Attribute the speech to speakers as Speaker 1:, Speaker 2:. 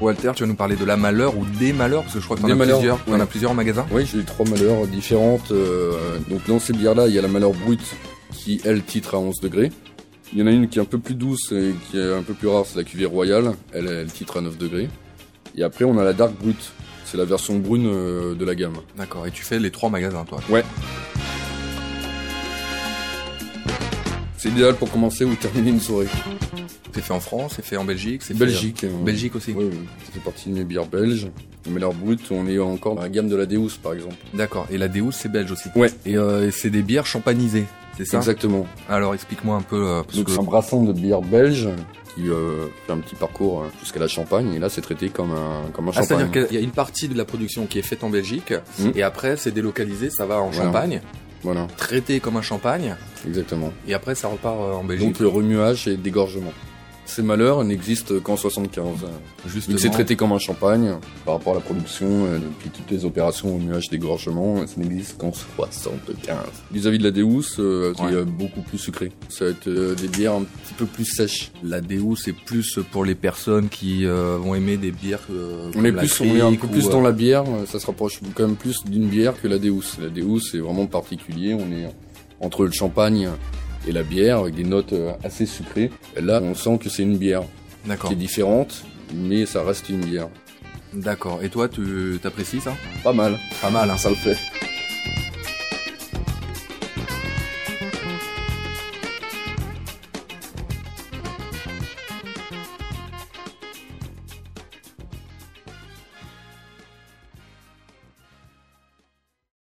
Speaker 1: Walter, tu vas nous parler de la malheur ou des malheurs, parce que je crois que t'en
Speaker 2: Des
Speaker 1: as
Speaker 2: malheurs,
Speaker 1: plusieurs, t'en
Speaker 2: ouais.
Speaker 1: as plusieurs en magasin.
Speaker 2: Oui, j'ai eu trois malheurs différentes. euh, donc dans ces bières-là, il y a la malheur brute qui, elle, titre à 11 degrés. Il y en a une qui est un peu plus douce et qui est un peu plus rare, c'est la cuvée royale. Elle, elle titre à 9 degrés. Et après, on a la dark brute. C'est la version brune euh, de la gamme.
Speaker 1: D'accord, et tu fais les trois magasins, toi.
Speaker 2: C'est idéal pour commencer ou terminer une soirée.
Speaker 1: C'est fait en France, c'est fait en Belgique, c'est fait-
Speaker 2: Belgique. euh,
Speaker 1: Belgique aussi.
Speaker 2: Oui, oui, ça fait partie de mes bières belges. La malheur brute, on est encore dans la gamme de la Deus, par exemple.
Speaker 1: D'accord, et la Deus, c'est belge aussi.
Speaker 2: Ouais.
Speaker 1: Et euh, c'est des bières champanisées, c'est ça
Speaker 2: Exactement.
Speaker 1: Alors explique-moi un peu, euh, parce
Speaker 2: Donc
Speaker 1: que...
Speaker 2: c'est un brassin de bière belge qui euh, fait un petit parcours euh, jusqu'à la Champagne et là c'est traité comme un comme un
Speaker 1: Ah,
Speaker 2: champagne.
Speaker 1: c'est-à-dire qu'il y a une partie de la production qui est faite en Belgique,
Speaker 2: Mhm.
Speaker 1: et après c'est délocalisé, ça va en
Speaker 2: Voilà.
Speaker 1: Champagne,
Speaker 2: Voilà,
Speaker 1: traité comme un champagne,
Speaker 2: exactement.
Speaker 1: et après ça repart euh, en Belgique.
Speaker 2: Donc le remuage et le dégorgement. Ces malheurs n'existent qu'en 75. euh,
Speaker 1: Justement.
Speaker 2: Vu que c'est traité comme un champagne, par rapport à la production, euh, depuis toutes les opérations au nuage dégorgement, euh, ça n'existe qu'en 75. Vis-à-vis de la Deus, euh, c'est
Speaker 1: Ouais.
Speaker 2: euh, beaucoup plus sucré. Ça va être euh, des bières un petit peu plus sèches.
Speaker 1: La Deus, c'est plus pour les personnes qui euh, vont aimer des bières euh,
Speaker 2: On
Speaker 1: comme
Speaker 2: est
Speaker 1: la
Speaker 2: plus, on est un
Speaker 1: Creek
Speaker 2: peu
Speaker 1: ou,
Speaker 2: plus
Speaker 1: euh,
Speaker 2: dans la bière, euh, ça se rapproche quand même plus d'une bière que la Deus. La Deus c'est vraiment particulier, on est entre le champagne et la bière avec des notes euh, assez sucrées. Là, on sent que c'est une bière
Speaker 1: D'accord.
Speaker 2: qui est différente, mais ça reste une bière.
Speaker 1: D'accord. Et toi, tu t'apprécies ça
Speaker 2: Pas mal,
Speaker 1: Pas mal, hein.
Speaker 2: ça le fait.